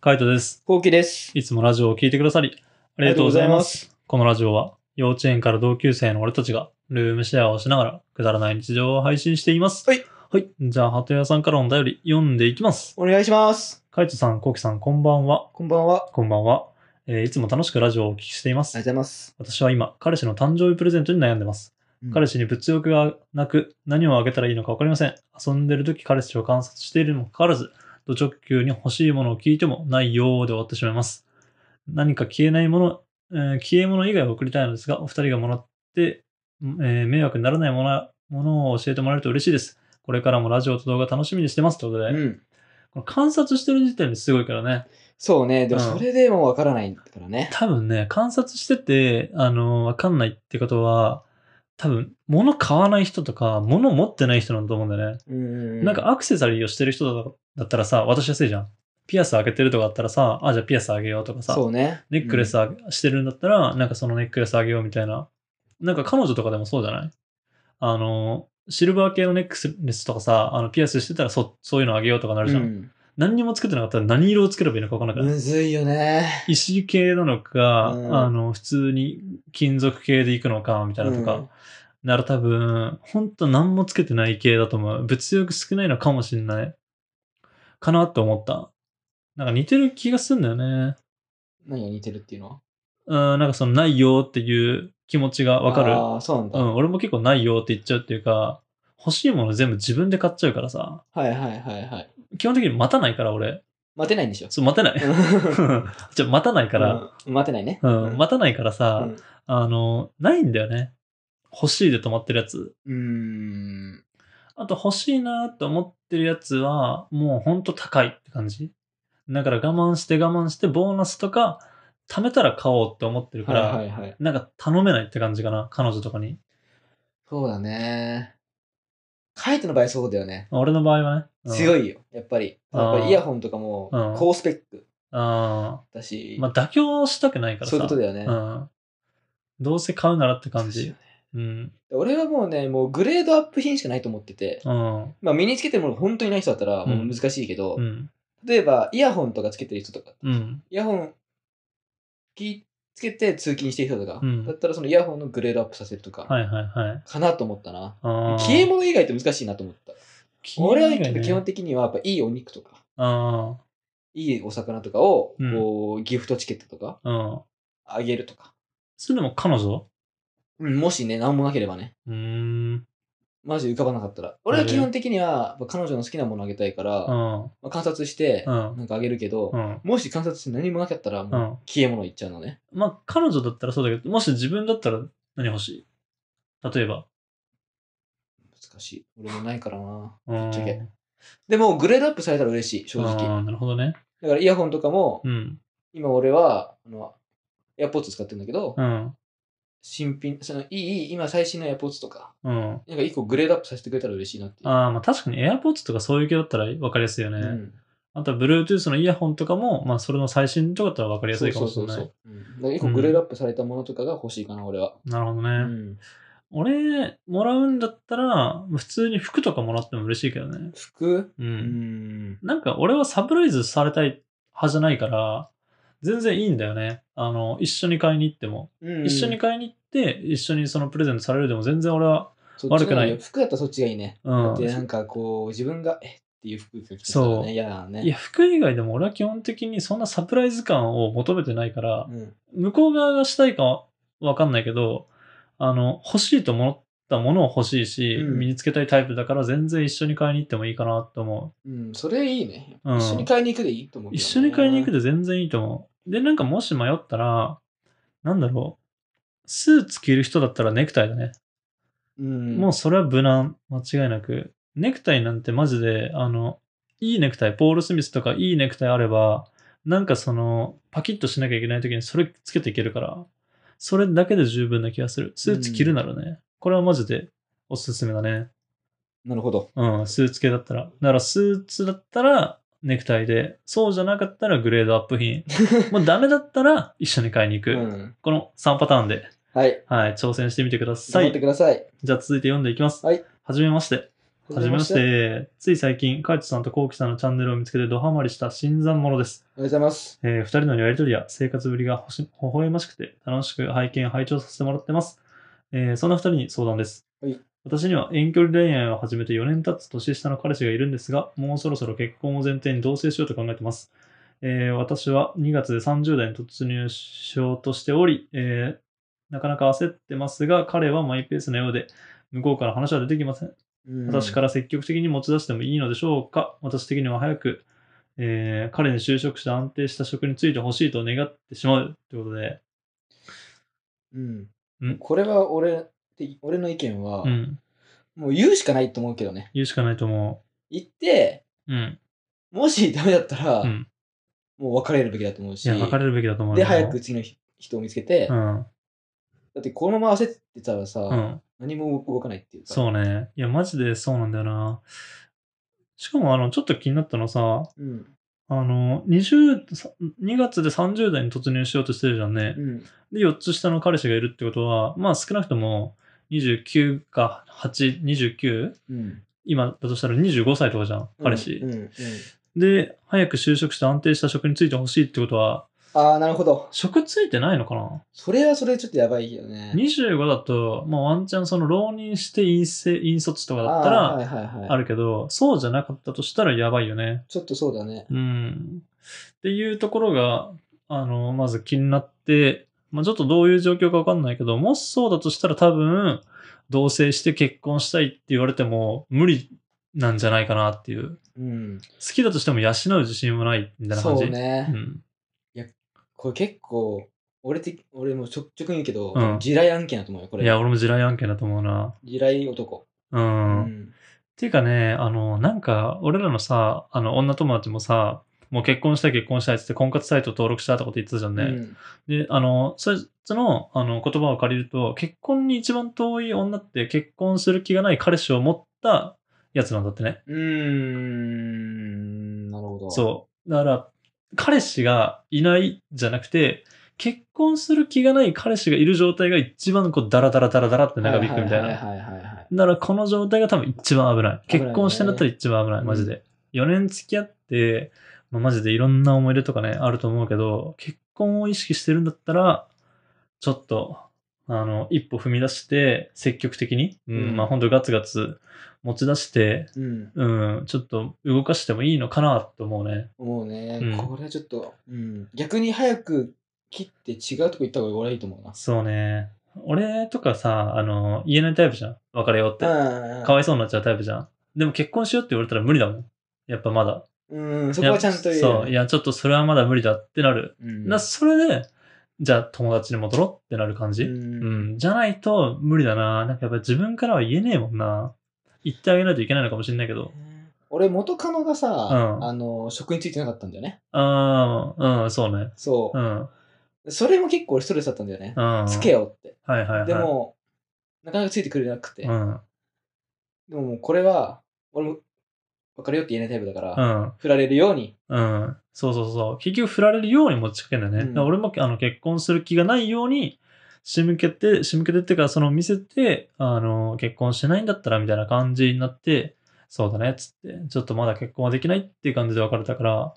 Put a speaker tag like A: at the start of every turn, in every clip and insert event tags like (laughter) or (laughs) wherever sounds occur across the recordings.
A: カイトです。
B: こうきです。
A: いつもラジオを聴いてくださり、ありがとうございます。
B: す。
A: このラジオは、幼稚園から同級生の俺たちが、ルームシェアをしながら、くだらない日常を配信しています。
B: はい。
A: はい。じゃあ、鳩屋さんからのお便り、読んでいきます。
B: お願いします。
A: カイトさん、コウキさん、こんばんは。
B: こんばんは。ありがと
A: こんばんは。えーいつも楽しくラジオをお聞きしています
B: うご。ざいます。
A: 私は今、彼氏の誕生日プレゼントに悩んでます。
B: うん
A: 彼氏に物欲がなく、何をあげたらいいのか分かりません。遊んでる時彼氏を観察しているにもかかわらず、土直球に欲しいものを聞いてもないようで終わってしまいます。何か消えないもの、えー消え物以外を送りたいのですが、お二人がもらって、うんえー迷惑にならないものものを教えてもらえると嬉しいです。これからもラジオと動画楽しみにしてます。ということで、
B: うん。
A: この観察してる時点ですごいからね。
B: そうね。でも
A: うん
B: それでもわからないからね。
A: 多分ね、観察してて、あの、わかんないってことは、多分、物買わない人とか、物持ってない人なんだと思うんだよね。
B: うん。
A: なんかアクセサリーをしてる人だだったらさ、渡しやすいじゃん。ピアス開けてるとかだったらさ、あ、じゃあピアスあげようとかさ、
B: そうね。
A: ネックレスあげしてるんだったら、なんかそのネックレスあげようみたいな。なんか彼女とかでもそうじゃないあの、シルバー系のネックレスとかさ、あのピアスしてたらそそういうのあげようとかな
B: う
A: る
B: ん。
A: じ
B: う
A: ゃん。
B: ん。
A: 何にもつけてなかったら何色をつければいいのかわからなくない、
B: むずいよね。
A: 石系なのか、
B: うん
A: あの、普通に金属系で行くのか、みたいなとか。なら多分、ほんと何もつけてない系だと思う。物欲少ないのかもしんない。かなって思った。なんか似てる気がするんだよね。
B: 何が似てるっていうの
A: うん、なんかそのないよっていう気持ちがわかる。
B: ああ、そうなんだ。
A: う
B: は
A: ん、俺も結構ないよって言っちゃうっていうか、欲しいもの全部自分で買っちゃうからさ。
B: いはいはいはい。
A: 基本的に待たないから俺。
B: 待てないんでしょ。
A: そう、待てない。じゃあ待たない (laughs) から、
B: うん待てないね。
A: うん、待たないから
B: う
A: さ、
B: ん
A: あの、ないんだよね。欲しいで止まってるやつ。
B: うん。
A: あと欲しいなと思ってるやつは、もうほんと高いって感じ。だから我慢して我慢して、ボーナスとか、貯めたら買おうって思ってるか
B: はい
A: ら、
B: はいはい。
A: なんか頼めないって感じかな、彼女とかに。
B: そうだね。カイトの場合そうだよね。
A: 俺の場合はね。
B: 強
A: い。
B: いよ。やっぱり。
A: あ
B: や
A: ー
B: っぱりイヤホンとかも
A: うん
B: 高スペック
A: あ
B: だし
A: ー、まあ妥協したくないからさ。
B: そういうことだよね。
A: うん。どうせ買うならって感
B: そうです
A: じ
B: よ。ね
A: うん。
B: 俺はもうね、もうグレードアップ品しかないと思ってて、
A: うん。
B: まあ身につけてるものが本当にない人だったら
A: うん
B: もう難しいけど、
A: うん。
B: 例えばイヤホンとかつけてる人とか、
A: うん。
B: イヤホンきつけて通勤してる人とか、
A: うん
B: だったらそのイヤホンのグレードアップさせるとか、
A: はいはいはい。
B: かなと思ったな。
A: あー
B: 消え物以外って難しいなと思った。
A: 消
B: 俺
A: え
B: は
A: ないね
B: 基本的にはやっぱいいお肉とか、
A: あ
B: いいお魚とかを
A: うん
B: こうギフトチケットとか
A: あ。うん。
B: あげるとか、
A: それでも彼女
B: うんもしね、何もなければね、
A: うーん。
B: マジで浮かばなかったら。俺は基本的にはやっぱ彼女の好きなものあげたいから、
A: うん。
B: まあ観察して
A: う、ん。
B: なんかあげるけど、
A: うん。
B: もし観察して何もなかったら、も
A: う。
B: うん消え物いっちゃうのね。
A: まあ、彼女だったらそうだけど、もし自分だったら何欲しい例えば。
B: 難しい。俺もないからな。
A: うーん
B: ぶっちゃけでも、グレードアップされたら嬉しい、正直。
A: あーなるほどね。
B: だから、イヤホンとかも、
A: うん。
B: 今俺は、あの、エアポッツ使ってるんだけど、
A: うん。
B: 新品、その、いい、いい今最新のエアポッツとか、
A: うん。
B: なんか一個グレードアップさせてくれたら嬉しいなっていう。
A: ああ、まあ確かに AirPods とかそういう系だったら分かりやすいよね。
B: うん、
A: あとは Bluetooth のイヤホンとかも、まあそれの最新とかだったら分かりやすいかもしれない。
B: そうそうそうそううんだから一個グレードアップされたものとかが欲しいかな、俺は。
A: なるほどね。
B: うん、
A: 俺、もらうんだったら、普通に服とかもらっても嬉しいけどね。
B: 服
A: うん。
B: うん。
A: なんか俺はサプライズされたい派じゃないから、全然いいんだよね。あの、一緒に買いに行っても。
B: うん
A: 一緒に買いに行って、一緒にそのプレゼントされるでも全然俺は、悪くない
B: そっちの方が服だったらそっちがいいね。
A: うん。
B: で、なんかこう、自分が、えっていう服着てた
A: そ
B: ら
A: う
B: ね、嫌だね。
A: いや、服以外でも俺は基本的にそんなサプライズ感を求めてないから
B: う、ん、
A: 向こう側がしたいかはわかんないけど、あの、欲しいと思ったものを欲しいし、
B: うん
A: 身につけたいタイプだから全然一緒に買いに行ってもいいかなと思
B: うん、それいいね。
A: うん
B: 一緒に買いに行くでいいと思
A: う。
B: うけど
A: 一
B: ね、
A: 緒に買いに行くで全然いいと思う。で、なんかもし迷ったら、なんだろう。スーツ着る人だったらネクタイだね。
B: うん、
A: もうそれは無難、間違いなく。ネクタイなんてマジで、あの、いいネクタイ、ポール・スミスとかいいネクタイあれば、なんかその、パキッとしなきゃいけない時にそれつけていけるから、それだけで十分な気がする。スーツ着るならね、これはマジでおすすめだね。
B: なるほど。
A: うん、スーツ系だったら。だからスーツだったらネクタイで、そうじゃなかったらグレードアップ (laughs) 品。もうダメだったら一緒に買いに行く。
B: うん、
A: この3パターンで、
B: はい。
A: はい、挑戦してみてくださ
B: 頑張っ
A: い
B: て。ください。
A: じゃあ続いて読んでいきます。
B: はい。
A: はじめまして。はじめまし。て。つい最近、カイトさんとコウキさんのチャンネルを見つけてドハマりした新参者です。
B: おはようございます。
A: えー二人のやりとりや生活ぶりがほし微笑ましくて、楽しく拝見、拝聴させてもらってます。えーそんな二人に相談です。
B: はい
A: 私には遠距離恋愛を始めて4年経つ年下の彼氏がいるんですが、もうそろそろ結婚を前提に同棲しようと考えてます。えー私は2月で30代に突入しようとしており、えーなかなか焦ってますが、彼はマイペースなようで、向こうから話は出てきません。
B: うん
A: 私から積極的に持ち出してもいいのでしょうか私的には早く、えー彼に就職して安定した職に就いてほしいと願ってしまうということで、
B: うん
A: うん
B: これは俺って、俺の意見は、
A: うん、
B: もう言うしかないと思うけどね。
A: 言うしかないと思
B: 言って、
A: う。うん。
B: もしダメだったら、
A: うん
B: もう別れるべきだと思うし、
A: いや、別れるべきだと思う。
B: で、
A: 俺も
B: 早く。次の人人を見つけて、
A: うん。
B: だってこのまま焦ってたらさ、
A: うん。
B: 何も動かないっていうか。
A: そうね。いや、マジでそうなんだよな。しかも、あの、ちょっと気になったのさ、
B: うん。
A: あの、20、2月で30代に突入しようとしてるじゃんね
B: う。ん。
A: で、4つ下の彼氏がいるってことは、まあ少なくとも29か8、29?
B: うん。
A: 今だとしたら25歳とかじゃん、彼氏。
B: うん。うん。
A: で、早く就職して安定した職に就いてほしいってことは、
B: ああ、なるほど。
A: 職ついてないのかな
B: それはそれでちょっとやばいよね。
A: ?25 だと、まあワンチャンその浪人して陰性、引卒とかだった
B: あ
A: ら
B: ーはいはいはい、
A: あるけど、そうじゃなかったとしたらやばいよね。
B: ちょっとそうだね。
A: うん。っていうところが、あの、まず気になって、まあちょっとどういう状況かわかんないけど、もしそうだとしたら多分、同棲して結婚したいって言われても無理なんじゃないかなっていう。
B: うん。
A: 好きだとしても養う自信はないみたいな感じ。
B: そうね。
A: うん。
B: これ結構、俺て俺もちょっちょく言うけど、
A: うん
B: 地雷案件だと思うよ、これ。
A: いや、俺も地雷案件だと思うな。
B: 地雷男。
A: うん。っ
B: うん
A: ていうかね、あの、なんか、俺らのさ、あの、女友達もさ、もう結婚したい結婚したいっつって婚活サイト登録したとかって言ってたじゃんね。
B: うん
A: で、あの、そいつのあの言葉を借りると、結婚に一番遠い女って結婚する気がない彼氏を持ったやつなんだってね。
B: うーん。なるほど。
A: そう。だから、彼氏がいないじゃなくて、結婚する気がない彼氏がいる状態が一番こうダラダラダラダラって長引くみたい
B: は
A: な。
B: ははいはいはいはい。
A: だからこの状態が多分一番危ない。
B: 危ないね
A: 結婚してなったら一番危ない、マジで。4年付き合って、まあ、マジでいろんな思い出とかね、あると思うけど、結婚を意識してるんだったら、ちょっと、あの、一歩踏み出して、積極的に、うん、
B: うん
A: まあ本当ガツガツ持ち出して、
B: うん。
A: うん、ちょっと動かしてもいいのかなと思うね。
B: もうね、
A: うん
B: これはちょっと、うん、逆に早く切って違うとこ行った方が俺はいいと思うな。
A: そうね。俺とかさ、あの、言えないタイプじゃん。別れようって。
B: うん
A: かわいそうになっちゃうタイプじゃん。でも結婚しようって言われたら無理だもん。やっぱまだ。
B: うん、そこはちゃんと言える
A: そう、いや、ちょっとそれはまだ無理だってなる。
B: うん
A: な、それで、じゃあ友達に戻ろうってなる感じ。
B: う
A: うんん、じゃないと無理だな。なんかやっぱ自分からは言えねえもんな。言ってあげないといけないのかもしれないけど。
B: 俺、元カノがさ、
A: うん
B: あの、職についてなかったんだよね。
A: ああ、うん、そうね。
B: そうう、
A: ん。
B: それも結構俺ストレスだったんだよね。
A: うん。
B: つけよって。
A: はいはいはい。
B: で、も、なかなかついてくれなくて。
A: うん。
B: でももうこれは、俺も別れようって言えないタイプだから、
A: うん。
B: 振られるように。
A: うん。そうそうそう。結局振られるように持ちかけるんだよね。
B: うん
A: だから俺もあの結婚する気がないように仕向けて、仕向けてっていうか、その見せて、あの、結婚してないんだったらみたいな感じになって、そうだねっつって、ちょっとまだ結婚はできないっていう感じで別れたから、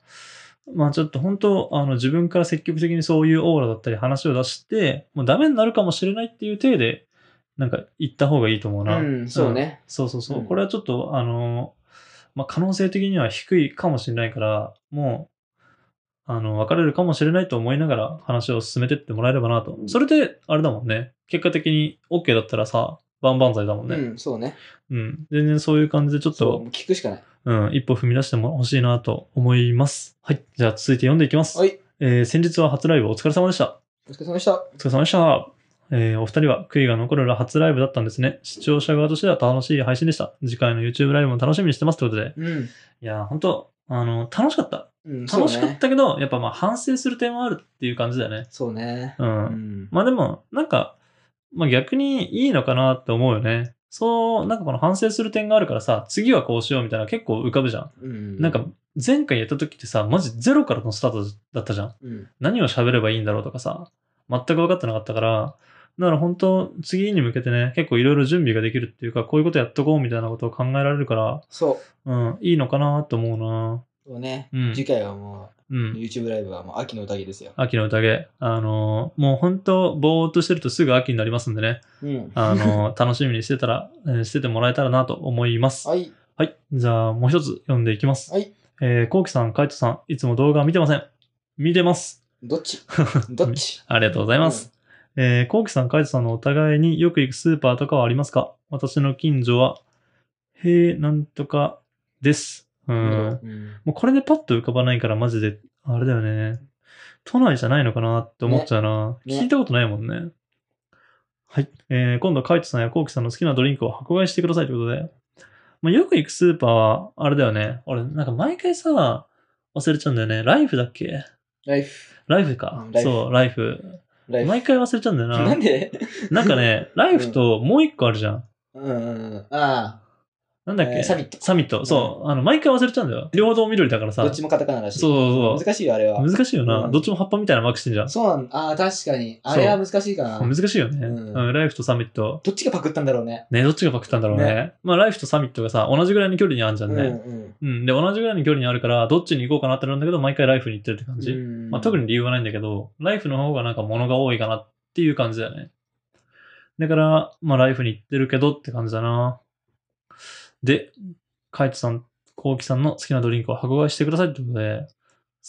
A: まあちょっと本当、あの自分から積極的にそういうオーラだったり話を出して、もうダメになるかもしれないっていう体で、なんか言った方がいいと思う
B: う
A: な。
B: ん、そうね。
A: そうそうそう。
B: うん
A: これはちょっと、あの、まあ、可能性的には低いかもしれないから、もう、あの、別れるかもしれないと思いながら話を進めてってもらえればなと。それで、あれだもんね。結果的に OK だったらさ、万々歳だもん
B: う
A: ね。
B: ん、そうね。
A: うん。全然そういう感じでちょっ
B: そう、も
A: と
B: う、聞くしかない。
A: うん、一歩踏み出してもほしいなと思います。はい。じゃあ続いて読んでいきます。
B: はい。
A: えー先日は初ライブお疲れ様でした。
B: お疲れ様でした。
A: お疲れ様でした。えーお二人は悔いが残る初ライブだったんですね。視聴者側としては楽しい配信でした。次回の YouTube ライブも楽しみにしてますということで。
B: うん。
A: いやー、本当あの、楽しかった。
B: うん、そう
A: 楽しかっ
B: ね。
A: たけど、やっぱまあ反省する点はあるっていう感じだよね。
B: そうね。
A: うん。
B: うん。
A: まあでも、なんか、まあ逆にいいのかなって思うよね。そう、なんかこの反省する点があるからさ、次はこうしようみたいな結構浮かぶじゃん。
B: うん
A: なんか、前回やった時ってさ、マジゼロからのスタートだったじゃん。
B: うん、
A: 何を喋ればいいんだろうとかさ、全く分かってなかったから、だから本当、次に向けてね、結構いろいろ準備ができるっていうか、こういうことやっとこうみたいなことを考えられるから、
B: そ
A: うん、いいのかなと思うな。
B: う。そうね、
A: うん
B: 次回はも
A: う
B: う、
A: ん。
B: YouTube ライブはもう秋の宴ですよ。
A: 秋の宴。あのーもう本当、ぼーっとしてるとすぐ秋になりますんでね。
B: うん。
A: あのー楽しみにしてたら、えーしててもらえたらなと思います。
B: はい。
A: はい。じゃあ、もう一つ読んでいきます。
B: はい。
A: えー、こうきさん、かいとさん、いつも動画見てません。見てます。
B: ど
A: (laughs)
B: っちどっち
A: ありがとうございます。えー、こうきさん、かいとさんのお互いによく行くスーパーとかはありますか私の近所は、へえ、なんとかです。う。
B: うんん。
A: もうこれでパッと浮かばないから、マジで、あれだよね。都内じゃないのかなって思っちゃうな。
B: ねね
A: 聞いたことないもんね。はい。えー、今度、カイトさんやコウキさんの好きなドリンクを箱買いしてくださいということで。まあ、よく行くスーパーは、あれだよね。俺、なんか毎回さ、忘れちゃうんだよね。ライフだっけ
B: ライフ。
A: ライフか
B: う。んライフ
A: そう、ライフ。
B: ライフ。
A: 毎回忘れちゃうんだよ
B: な。
A: なん
B: で (laughs)
A: なんかね、ライフともう一個あるじゃん。
B: うんうんうん。あ
A: なんだっけ、
B: えーサミット
A: サミット。そう。あの、毎回忘れちゃうんだよ。両方緑だから
B: あ。
A: さ。
B: どっちもカタカナだし。
A: そうそうそう。
B: 難しいよ、あれは。
A: 難しいよな、
B: うん
A: どっちも葉っぱみたいなマークしてんじゃん。
B: そうなんああ、確かに。あれは難しいかな。
A: 難しいよね、
B: うん
A: うんライフとサミット。
B: どっちがパクったんだろうね。
A: ね、どっちがパクったんだろうね。
B: ね
A: まあ、ライフとサミットがさ、同じぐらいの距離にあるじゃ
B: うんん
A: ね。
B: うん
A: うん、で、同じぐらいの距離にあるから、どっちに行こうかなってなるんだけど、毎回ライフに行ってるって感じ。
B: うん
A: まあ、特に理由はないんだけど、ライフの方がなんか物が多いかなっていう感じだよね。だから、まあ、ライフに行ってるけどって感じだな。で、カイトさん、コウキさんの好きなドリンクを箱買いしてくださいってことで、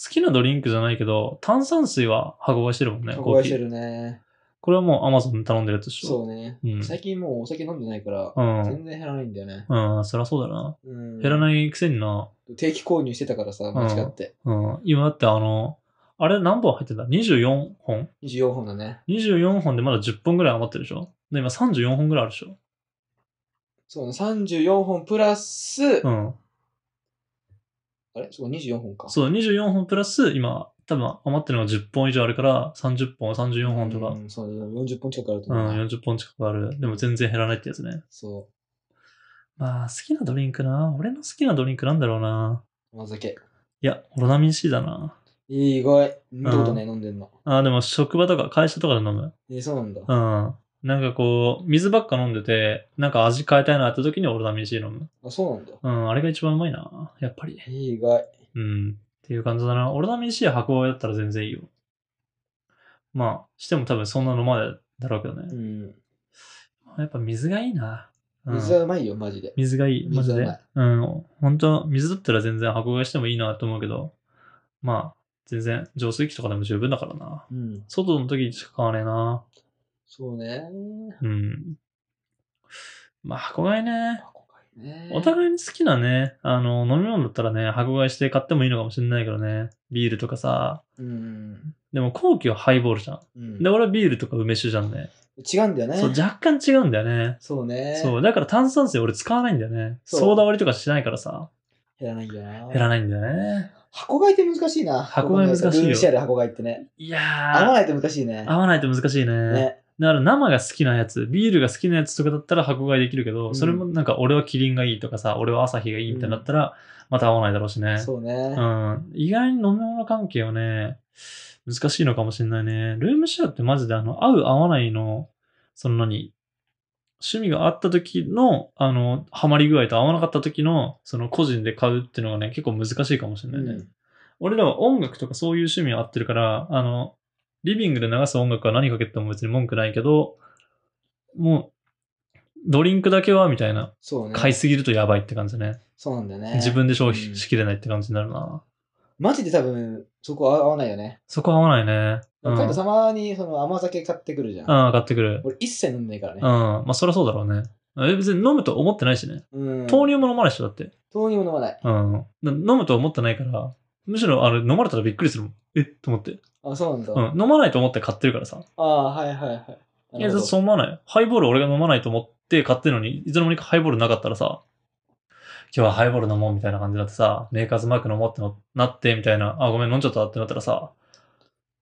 A: 好きなドリンクじゃないけど、炭酸水は箱買いしてるもんね。
B: 箱買いして
A: コウキ
B: るね。
A: これはもう Amazon で頼んでるやつでしょ。
B: そうね、
A: うん
B: 最近もうお酒飲んでないから、
A: うん。
B: 全然減らないんだよね。
A: うん、そりゃそうだな。
B: うん、
A: 減ら
B: い。
A: ないくせにな。
B: 定期購入してたからさ、間違って。
A: うん。今だってあの、あれ何本入ってんだ ?24 本
B: 24本だね。
A: ?24 本でまだ10本ぐらい余ってるでしょで、今34本ぐらいあるでしょ
B: そうね、34本プラス、
A: うん。
B: あれそう、24本か。
A: そう、24本プラス、今、多分余ってるのが10本以上あるから、30本、34本とか、
B: うん、そう40本近くあると
A: う
B: 思うな、
A: ん、40本近くある。でも全然減らないってやつね。
B: そ
A: まあ、好きなドリンクな。俺の好きなドリンクなんだろうな。
B: う、お酒。
A: いや、オロナミン C だな。
B: いい、意外。見たことない、飲んでんの。
A: あー、でも職場とか会社とかで飲む。
B: えそうなんだ。
A: うん。なんかこう、水ばっか飲んでて、なんか味変えたいなって時にオロナミン C 飲む。
B: あ、そうなんだ。
A: うん、あれが一番うまいな、やっぱり。
B: いい、意外。
A: うん。っていう感じだな。オロナミン C 箱買いだったら全然いいよ。まあ、しても多分そんな飲まないだろうけど
B: う
A: ね。
B: ん。
A: やっぱ水がいいな。うん、
B: 水はうまいよ、マジで。
A: 水がいい、マジ
B: 水
A: で
B: はうまい。
A: うん。本当水だったら全然箱買いしてもいいなと思うけど、まあ、全然浄水器とかでも十分だからな。
B: うん。
A: 外の時にしか買わねえな。
B: そうね。
A: うん。まあ、箱買いね。
B: 箱買いね。
A: お互いに好きなね、あの、飲み物だったらね、箱買いして買ってもいいのかもしれないけどね。ビールとかさ。
B: うん。
A: でも、後期はハイボールじゃん。
B: うん
A: で、俺はビールとか梅酒じゃんね。
B: 違うんだよね。
A: そう、若干違うんだよね。
B: そうね。
A: そう、だから炭酸水俺使わないんだよね。
B: そう
A: ソーダ割りとかしないからさ、
B: 減らないんだよな。
A: 減らないんだよね。
B: 箱買いって難しいな。
A: 箱買い難しいよ
B: ルームシェアで箱買いってね。
A: い
B: 合わ
A: やー、
B: ないと難しいね。
A: 合わないと難しいね。
B: ね。
A: だから生が好きなやつ、ビールが好きなやつとかだったら箱買いできるけど、
B: うん
A: それもなんか俺はキリンがいいとかさ、俺は朝日がいいみたいになったら、また合わないだろうしね。
B: そうね
A: う。ん、意外に飲み物関係はね、難しいのかもしれないね。ルームシェアってマジであの、合う合わないの、その何、趣味があった時の、あの、ハマり具合と合わなかった時の、その個人で買うっていうのがね、結構難しいかもしれないね。
B: うん
A: 俺らは音楽とかそういう趣味は合ってるから、あの、リビングで流す音楽は何かけても別に文句ないけど、もう、ドリンクだけはみたいな、
B: そうね。
A: 買いすぎるとやばいって感じだね。
B: そうなんだよね。
A: 自分で消
B: う
A: 費
B: ん
A: しきれないって感じになるな。
B: マジで多分、そこ合わないよね。
A: そこは合わないね。う
B: カ
A: ん。
B: イトたまにその甘酒買ってくるじゃん。
A: うん、買ってくる。
B: 俺一切飲んでないから
A: うん。
B: ね。
A: まあ、そりゃそうだろうね。え別に飲むと思ってないしね。
B: うん
A: 豆乳も飲まない人だって。
B: 豆乳も飲まない。
A: うん。な飲むと思ってないから、むしろ、あれ、飲まれたらびっくりするもん。えと思って。
B: あ、そうなんだ。
A: う
B: あ
A: ん。飲まないと思って買ってるからさ。
B: あー、はいはい
A: い
B: はい。
A: や、
B: な
A: だっ
B: る
A: て
B: ほど
A: そう思わないよ。ハイボール俺が飲まないと思って買ってるのに、いつの間にかハイボールなかったらさ、今日はハイボール飲もうみたいな感じになってさ、メーカーズマーク飲もうってのなって、みたいな、あ、ごめん、飲んじゃったってなったらさ、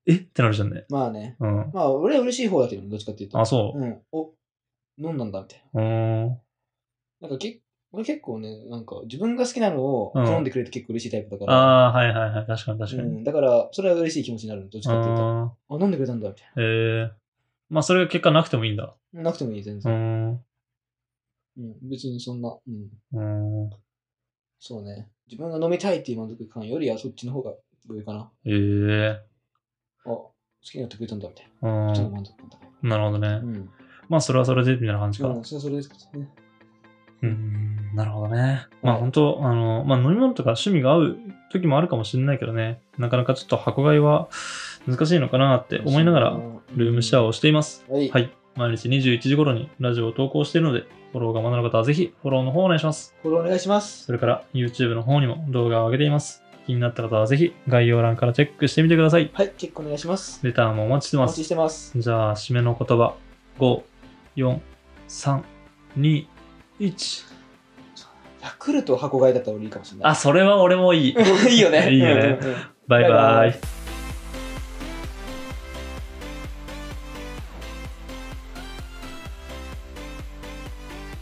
A: えってなるじゃんね。
B: まあね。
A: うん。
B: まあ、俺は嬉しい方だけどね、どっちかっていうと。
A: あ、そう。
B: うん。お、飲んだんだ、みたいな。
A: うーん。
B: なんかけ俺結構ね、なんか自分が好きなのを
A: うん
B: 頼んでくれて結構嬉しいタイプだから。
A: ああ、はいはいはい。確かに確か
B: う
A: に。
B: ん、だから、それは嬉しい気持ちになるの、どっちかっていうと。
A: あ
B: あ、飲んでくれたんだ、みたい
A: ーへえまあ、それが結果なくてもいいんだ。
B: なくてもいい、全
A: うー
B: 然。
A: ん。う
B: うん、別にそんな、うん、
A: ーん。
B: そうね。自分が飲みたいっていう満足感よりはそっちの方が上かな。
A: ええ
B: あ、好きになってくれたんだみたいな。
A: う
B: こっちの
A: ー
B: 満足感高い。
A: ん。なるほど
B: う
A: ね。
B: ん。
A: まあ、それはそれで、みたいな感じか。
B: うん、それはそれですけどね。
A: うーん。なるほどね。まあ、
B: はい
A: 本当あの、まあ、飲み物とか趣味が合う時もあるかもしれないけどね。なかなかちょっと箱買いは難しいのかなって思いながら、ルームシェアをしています。
B: ア。はい。
A: はい毎日21時頃にラジオを投稿しているので、フォローがまだの方はぜひフォローの方をお願いします。
B: これお願いします。
A: それから YouTube の方にも動画を上げています。気になった方はぜひ概要欄からチェックしてみてください。
B: はい、チェックお願いします。
A: レターもお待ちして
B: お
A: ま
B: 待
A: す
B: ち。してます。
A: じゃあ、締めの言葉。5、4、3、2、1。
B: ヤクルト箱買いだったら俺いいかもしれない。
A: あ、それは俺もいい。
B: いいよね。
A: いいよね
B: うんうんうん
A: バイバ
B: バイバ
A: イ
B: イ。